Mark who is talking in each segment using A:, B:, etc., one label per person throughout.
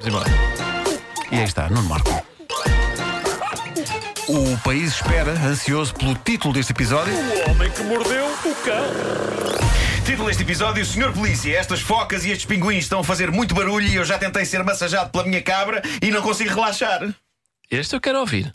A: Vamos embora.
B: E aí está, Nuno Marco. O país espera, ansioso pelo título deste episódio.
C: O homem que mordeu o cão.
D: Título deste episódio: O Senhor Polícia. Estas focas e estes pinguins estão a fazer muito barulho e eu já tentei ser massajado pela minha cabra e não consigo relaxar.
A: Este eu quero ouvir.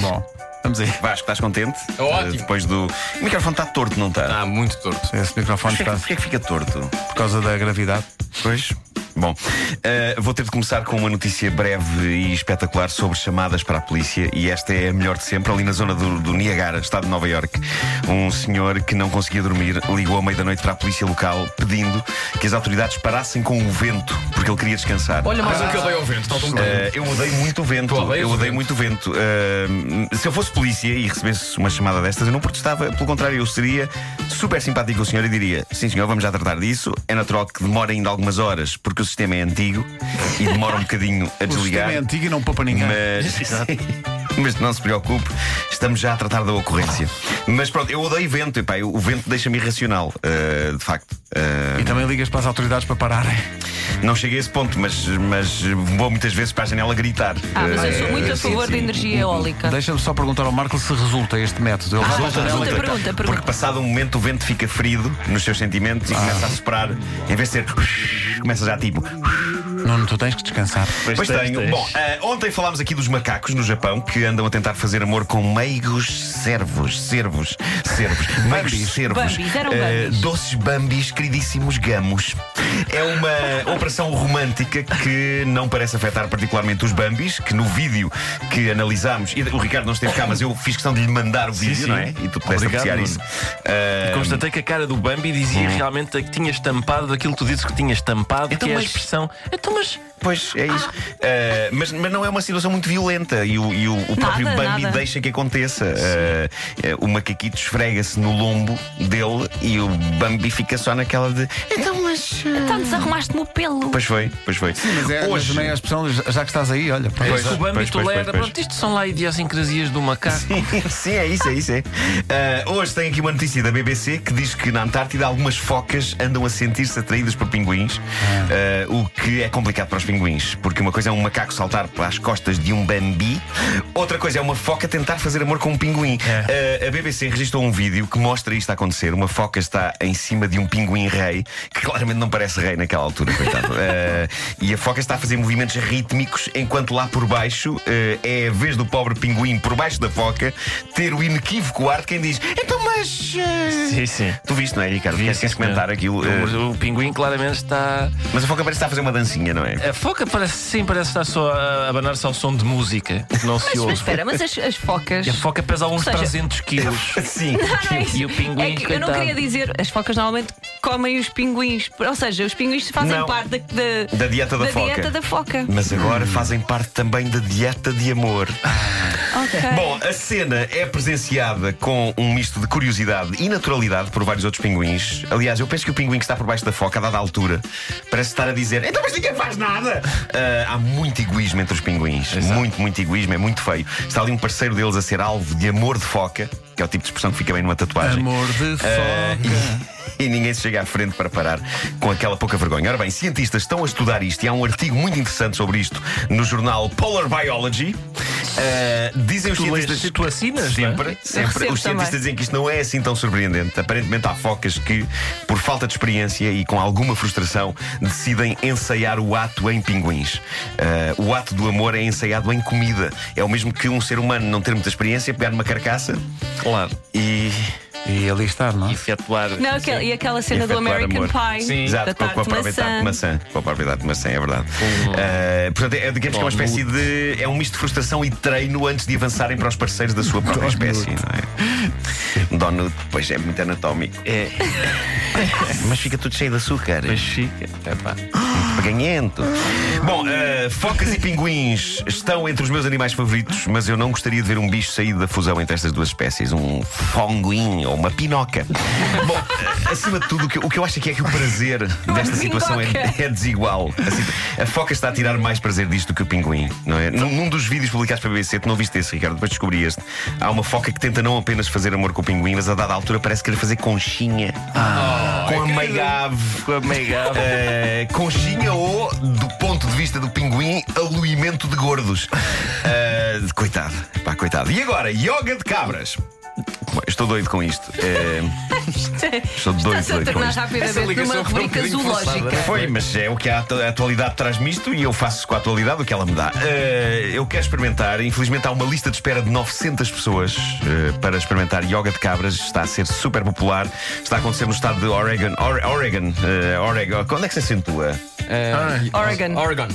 B: Bom, vamos aí.
D: Vasco, estás contente?
A: É ótimo.
D: Eh, Depois do. O microfone está torto, não está?
A: Ah, muito torto.
B: Esse microfone
D: Porquê
B: está
D: que, porquê que fica torto?
B: por causa da gravidade.
D: Pois. Bom, eh, vou ter de começar com uma notícia breve e espetacular sobre chamadas para a polícia, e esta é a melhor de sempre, ali na zona do, do Niagara, estado de Nova Iorque. Um senhor que não conseguia dormir ligou à meia-noite para a polícia local pedindo que as autoridades parassem com o vento, porque ele queria descansar.
A: Olha mais um que eu dei ao vento. Não, não,
D: Eh, eu odeio muito o vento.
A: Tu odeias
D: Eu
A: o
D: odeio
A: vento?
D: muito o vento. Eh, se eu fosse polícia e recebesse uma chamada destas, eu não protestava. Pelo contrário, eu seria super simpático ao senhor e diria: Sim, senhor, vamos já tratar disso. É natural que demore ainda algumas horas, porque o sistema é antigo e demora um bocadinho a
B: O
D: desligar.
B: sistema é antigo e não poupa ninguém.
D: Mas, mas não se preocupe, estamos já a tratar da ocorrência. Mas pronto, eu odeio vento, epá, eu- o vento deixa-me irracional, eh, de facto. Eh,
B: E também ligas para as autoridades para pararem.
D: não cheguei a esse ponto, mas, mas vou muitas vezes para a janela gritar.
E: Ah, mas eu
D: Eh,
E: sou muito a
D: sim,
E: favor
D: sim.
E: da energia eólica.
B: Deixa-me só perguntar ao Marco se resulta este método. Ele
D: Resulta, resulta.
E: Ah, pergunta, pergunta, Ah. pergunta.
D: Porque passado um momento o vento fica ferido nos seus sentimentos e começa a soprar. Em vez de ser. Começa já tipo.
B: Nuno, tu tens que descansar.
D: Pois
A: tens,
D: tenho.
A: tens.
D: Bom, ah, ontem falámos aqui dos macacos no Japão que andam a tentar fazer amor com meigos servos. Servos. Servos. Meigos servos.
E: Bambis, eram
D: Ah,
E: bambis.
D: doces bambis, queridíssimos gamos. É uma operação romântica que não parece afetar particularmente os bambis, que no vídeo que analisámos. e O Ricardo não esteve cá, mas eu fiz questão de lhe mandar o vídeo,
A: sim.
D: não é? E tu pudeste
A: Obrigado,
D: apreciar
A: Nuno.
D: isso. Ah,
A: Constatei que a cara do Bambi dizia realmente que tinha estampado aquilo que tu dizes que tinha estampado,
D: Então,
A: que é a
D: mas-
A: expressão. Então, mas.
D: Pois, é isso. Uh, mas, mas não é uma situação muito violenta e o, e o- o próprio Bambi
E: Ah. nada.
D: deixa que aconteça. Uh, uh, o macaquito esfrega-se no lombo dele e o Bambi fica só naquela de. Então, mas. uh,
E: Então desarrumaste-me o pelo.
D: Pois foi, pois foi.
B: Mas é, mas
D: Hoje.
B: também é a expressão, já que estás aí, olha. pronto.
A: é
D: Pois,
A: isso que o Bambi
D: pois, pois,
A: tolera.
D: pois, pois.
A: Pronto, isto são lá idiosincrasias do macaco.
D: Sim, é isso, é isso. É. Uh, hoje tem aqui uma notícia da BBC que diz que na Antártida algumas focas andam a sentir-se atraídas por pinguins, uh, o que é complicado para os pinguins, porque uma coisa é um macaco saltar para as costas de um bambi, outra coisa é uma foca tentar fazer amor com um pinguim. Uh, a BBC registrou um vídeo que mostra isto a acontecer. Uma foca está em cima de um pinguim rei, que claramente não parece rei naquela altura, coitado. Uh, e a foca está a fazer movimentos rítmicos, enquanto lá por baixo uh, é a vez do pobre pinguim por baixo da foca ter o inequívoco ar de quem diz: Então, mas. uh,
A: Sim, sim.
D: Tu viste, não é, Ricardo? Queres queres comentar aquilo? Uh,
A: O, o pinguim claramente está.
D: mas a foca parece que está a fazer uma dancinha, não é?
A: A foca parece sim, parece estar só a abanar-se ao som de música. que Não se
E: Mas, mas
A: ouve.
E: espera, mas as, as focas.
A: E a foca pesa uns
E: Ou seja-
A: 300 quilos.
D: Sim.
E: Ah, não é isso.
A: E o pinguim,
E: É que eu não
A: coitado.
E: queria dizer, as focas normalmente comem os pinguins. Ou seja, os pinguins fazem
D: Não.
E: parte da, da-
D: Da dieta da foca.
E: dieta da foca.
D: Mas agora fazem parte também da dieta de amor.
E: Ok.
D: Bom, a cena é presenciada com um misto de curiosidade e naturalidade por vários outros pinguins. Aliás, eu penso que o pinguim que está por baixo da foca, a dada altura, parece estar a dizer: Então, mas ninguém faz nada! Ah, há muito egoísmo entre os pinguins. Muito, muito egoísmo, é muito feio. Está ali um parceiro deles a ser alvo de amor de foca, que é o tipo de expressão que fica bem numa tatuagem.
B: Amor de
D: Ah,
B: foca.
D: e, e ninguém se chega à frente para parar com aquela pouca vergonha. Ora bem, cientistas estão a estudar isto e há um artigo muito interessante sobre isto no jornal Polar Biology. Ah, dizem os
A: Tu lês
D: cientistas.
A: das- tu assinas, não é?
D: Sempre, sempre.
E: recebo
D: Os cientistas
E: também.
D: dizem que isto não é assim tão surpreendente. Aparentemente há focas que, por falta de experiência e com alguma frustração, decidem ensaiar o ato em pinguins. Ah, o ato do amor é ensaiado em comida. É o mesmo que um ser humano não ter muita experiência, pegar numa carcaça
A: Claro.
D: e.
B: E ali estar, não é?
A: Efetuar.
E: Não, aquela- e aquela cena do
D: Efetuar
E: American
D: amor.
E: Pie
D: Exato,
E: da
D: com, com a
E: tarte de
D: propriedade de
E: maçã.
D: maçã. Com a propriedade de maçã, é verdade. Ah, portanto, é, digamos que é uma espécie de. É um misto de frustração e treino antes de avançarem para os parceiros da sua própria espécie, não é? Donut, pois é muito anatómico.
A: É,
D: Mas fica tudo cheio de açúcar.
A: mas chica. Epá.
D: Paganhento. Bom, eh, focas e pinguins estão entre os meus animais favoritos, mas eu não gostaria de ver um bicho sair da fusão entre estas duas espécies, um fonguim ou uma pinoca. Bom, eh, acima de tudo, o que, o que eu acho aqui é que o prazer desta situação é,
E: pinhoca.
D: é desigual. Assim, a foca está a tirar mais prazer disto do que o pinguim, não é? Num, num dos vídeos publicados para a BBC, tu não viste esse, Ricardo, depois descobri este. Há uma foca que tenta não apenas fazer amor com o pinguim, mas a dada altura parece querer fazer conchinha com a meia ave.
A: Com a mega.
D: Eh, conchinha nomeou, do ponto de vista do pinguim, aluimento de gordos. Ah, coitado, pá, coitado. E agora, yoga de cabras. Bom, eu Estou doido com isto. Eh, estou doido,
E: Está-se a
D: doido com
E: tornar
D: isto.
A: Essa
E: rapidamente
A: ligação
E: numa
A: foi um
E: rubrica
A: bocadinho forçada.
E: zoológica.
D: Foi, mas é o que a atu- a atualidade traz-me isto e eu faço com a atualidade o que ela me dá. Eh, eu quero experimentar, infelizmente há uma lista de espera de 900 pessoas eh, para experimentar yoga de cabras, está a ser super popular, está a acontecer no estado de Oregon. Or- Oregon, eh, Oregon, quando é que se acentua?
E: Oregon. Ah.
F: Oregon.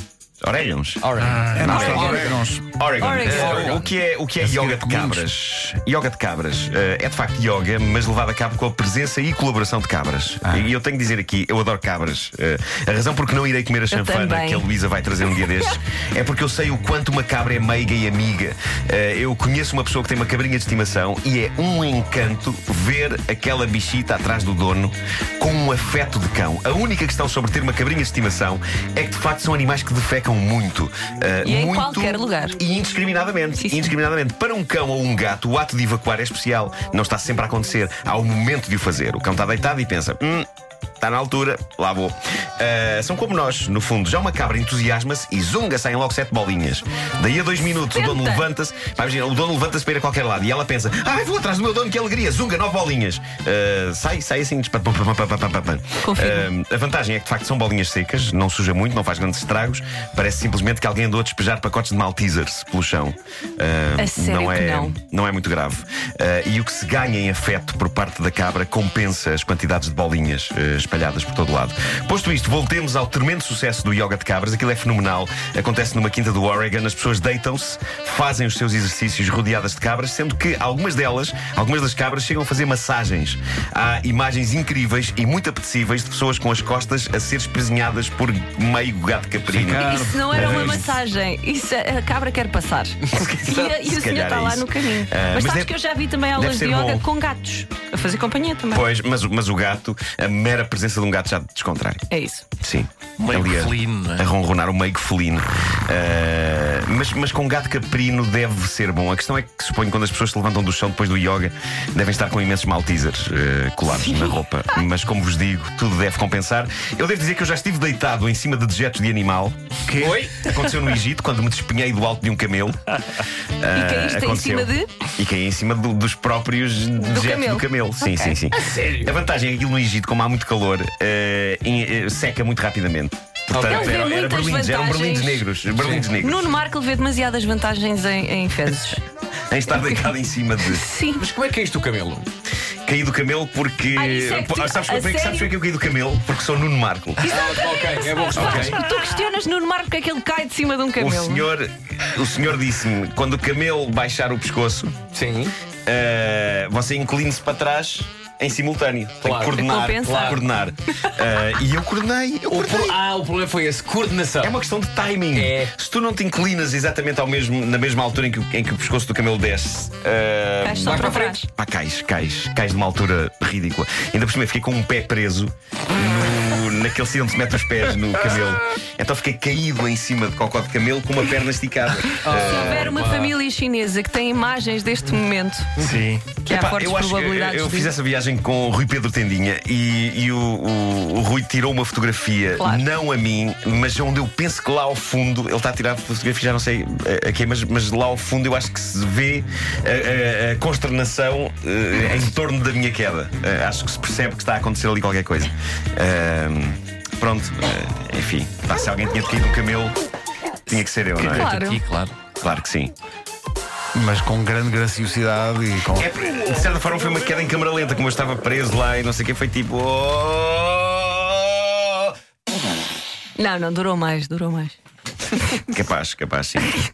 D: Orelhões?
B: É nos Estados
D: Oregon.
B: Unidos.
D: Oregon.
E: Oregon.
D: Eh, o- O que é, o que é
B: A seguir
D: yoga
B: a
D: de
B: comuns.
D: cabras? Yoga de cabras eh, é de facto yoga, mas levado a cabo com a presença e colaboração de cabras. E eu tenho que dizer aqui, eu adoro cabras. Eh, a razão porque não irei comer a chanfana
E: também.
D: que a Luísa vai trazer um dia destes é porque eu sei o quanto uma cabra é meiga e amiga. Eh, eu conheço uma pessoa que tem uma cabrinha de estimação e é um encanto ver aquela bichita atrás do dono com um afeto de cão. A única questão sobre ter uma cabrinha de estimação é que de facto são animais que defecam muito. Eh,
E: E em
D: muito
E: qualquer lugar.
D: e indiscriminadamente.
E: Sim, sim.
D: Indiscriminadamente. Para um cão ou um gato, o ato de evacuar é especial. Não está sempre a acontecer. Há o momento de o fazer. O cão está deitado e pensa. "Hum, Está na altura, lá vou. Ah, são como nós, no fundo. Já uma cabra entusiasma-se e zunga, saem logo sete bolinhas. Daí a dois minutos o dono
E: Tenta.
D: levanta-se. Pá, imagina, o dono levanta-se para ir a qualquer lado e ela pensa: Ai, vou atrás do meu dono, que alegria, zunga, nove bolinhas. Ah, sai, sai assim, dispara. pam, pam, pam, pam, pam, pam, pam.
E: Confirmo.
D: Ah, a vantagem é que de facto são bolinhas secas, não suja muito, não faz grandes estragos. Parece simplesmente que alguém andou a despejar pacotes de Maltesers pelo chão. Ah,
E: A sério
D: não é,
E: que não.
D: é muito grave. Ah, e o que se ganha em afeto por parte da cabra compensa as quantidades de bolinhas eh, espalhadas por todo lado. Posto isto, voltemos ao tremendo sucesso do yoga de cabras. Aquilo é fenomenal. Acontece numa quinta do Oregon. As pessoas deitam-se, fazem os seus exercícios rodeadas de cabras, sendo que algumas delas, algumas das cabras, chegam a fazer massagens. Há imagens incríveis e muito apetecíveis de pessoas com as costas a ser espesinhadas por meio gato caprino.
B: Ricardo.
E: Isso não era uma
D: Oregon.
E: massagem. Isso, é- a cabra quer passar. E, a- e
D: Se
E: o senhor
D: calhar
E: está
D: é
E: lá
D: isso.
E: no caminho.
D: Ah,
E: mas,
D: mas
E: sabes
D: deve-
E: que eu já vi também
D: deve
E: aulas de
D: ser
E: yoga
D: bom.
E: com gatos. A fazer companhia também.
D: Pois, mas, o- mas o gato, a mera presença de um gato já te descontrai.
E: É isso.
D: Sim.
A: Meio
D: Ali a-
A: felino, não é?
D: A ronronar o meio felino. Ah, mas, mas com gato caprino deve ser bom. A questão é que suponho que quando as pessoas se levantam do chão depois do yoga devem estar com imensos maltesers ah, colados na roupa. Mas como vos digo, tudo deve compensar. Eu devo dizer que eu já estive deitado em cima de dejetos de animal. Que
F: Oi?
D: aconteceu no Egito quando me despenhei do alto de um camelo. Eh,
E: E caíste em
D: aconteceu.
E: cima de.
D: E caí em cima do- dos próprios dejetos
E: camelo.
D: do camelo. Sim,
E: Ok.
D: sim, sim. A sério? A vantagem é que aquilo no Egito, como há muito calor, eh, em- eh, seca muito rapidamente. Portanto,
E: Ele vê
D: era, era
E: muitas
D: berlindes, eram
E: vantagens.
D: berlindes negros. Berlindes negros.
E: Nuno Marco vê demasiadas vantagens em, em fezes.
D: Em estar deitado em cima de.
E: Sim.
F: Mas como é que é isto o camelo?
D: Caí do camelo porque.
E: Ah, isso é que tu-
D: Pô, sabes
E: a
D: como é que- sabes
E: sério?
D: porquê que eu caí do camelo? Porque sou Nuno Marco.
F: Ah, ok, é bom
E: Sabes
F: responder.
E: que Tu questionas Nuno Marco porque é que ele cai de cima de um
D: O
E: camelo.
D: senhor, o senhor disse-me: quando o camelo baixar o pescoço,
F: Sim.
D: Uh, você incline-se para trás em simultâneo. Tem que
F: Claro.
D: coordenar.
E: Tem que compensar.
D: coordenar. Uh, e eu coordenei. Eu
F: O
D: coordenei.
F: pro- Ah, o problema foi esse. Coordenação.
D: É uma questão de timing.
F: É.
D: Se tu não te inclinas exatamente ao mesmo, na mesma altura em que, o- em que o pescoço do camelo desce, uh,
E: Cai só
F: Vai
E: para
F: para
E: trás.
D: pá, cais, cais, cais de uma altura ridícula. Ainda por cima, fiquei com um pé preso no- naquele sítio onde se mete os pés no camelo. Então fiquei caído em cima de cocó de camelo com uma perna esticada. Ah,
E: Se houver uma família chinesa que tem imagens deste momento,
F: Uhum.
A: Sim.
E: que há
D: Epá,
E: fortes
D: eu acho que eu,
E: probabilidades.
D: eu
E: de-
D: fiz essa viagem com o Rui Pedro Tendinha e, e o, o- o Rui tirou uma fotografia,
E: Claro.
D: não a mim, mas onde eu penso que lá ao fundo, ele está a tirar a fotografia, já não sei eh, a quem, mas, mas lá ao fundo eu acho que se vê a, a- a consternação eh, em torno da minha queda. Eh, acho que se percebe que está a acontecer ali qualquer coisa. Ahm, pronto, eh, enfim, pá, se alguém tinha caído um camelo, tinha que ser eu, não é?
E: Claro.
A: Aqui, claro.
D: Claro que sim.
B: Mas com grande graciosidade e com.
D: É, de certa forma foi uma queda em câmara lenta, como eu estava preso lá e não sei o que foi tipo. "Oh!"
E: Não, não, durou mais, durou mais.
D: Capaz, capaz, sim.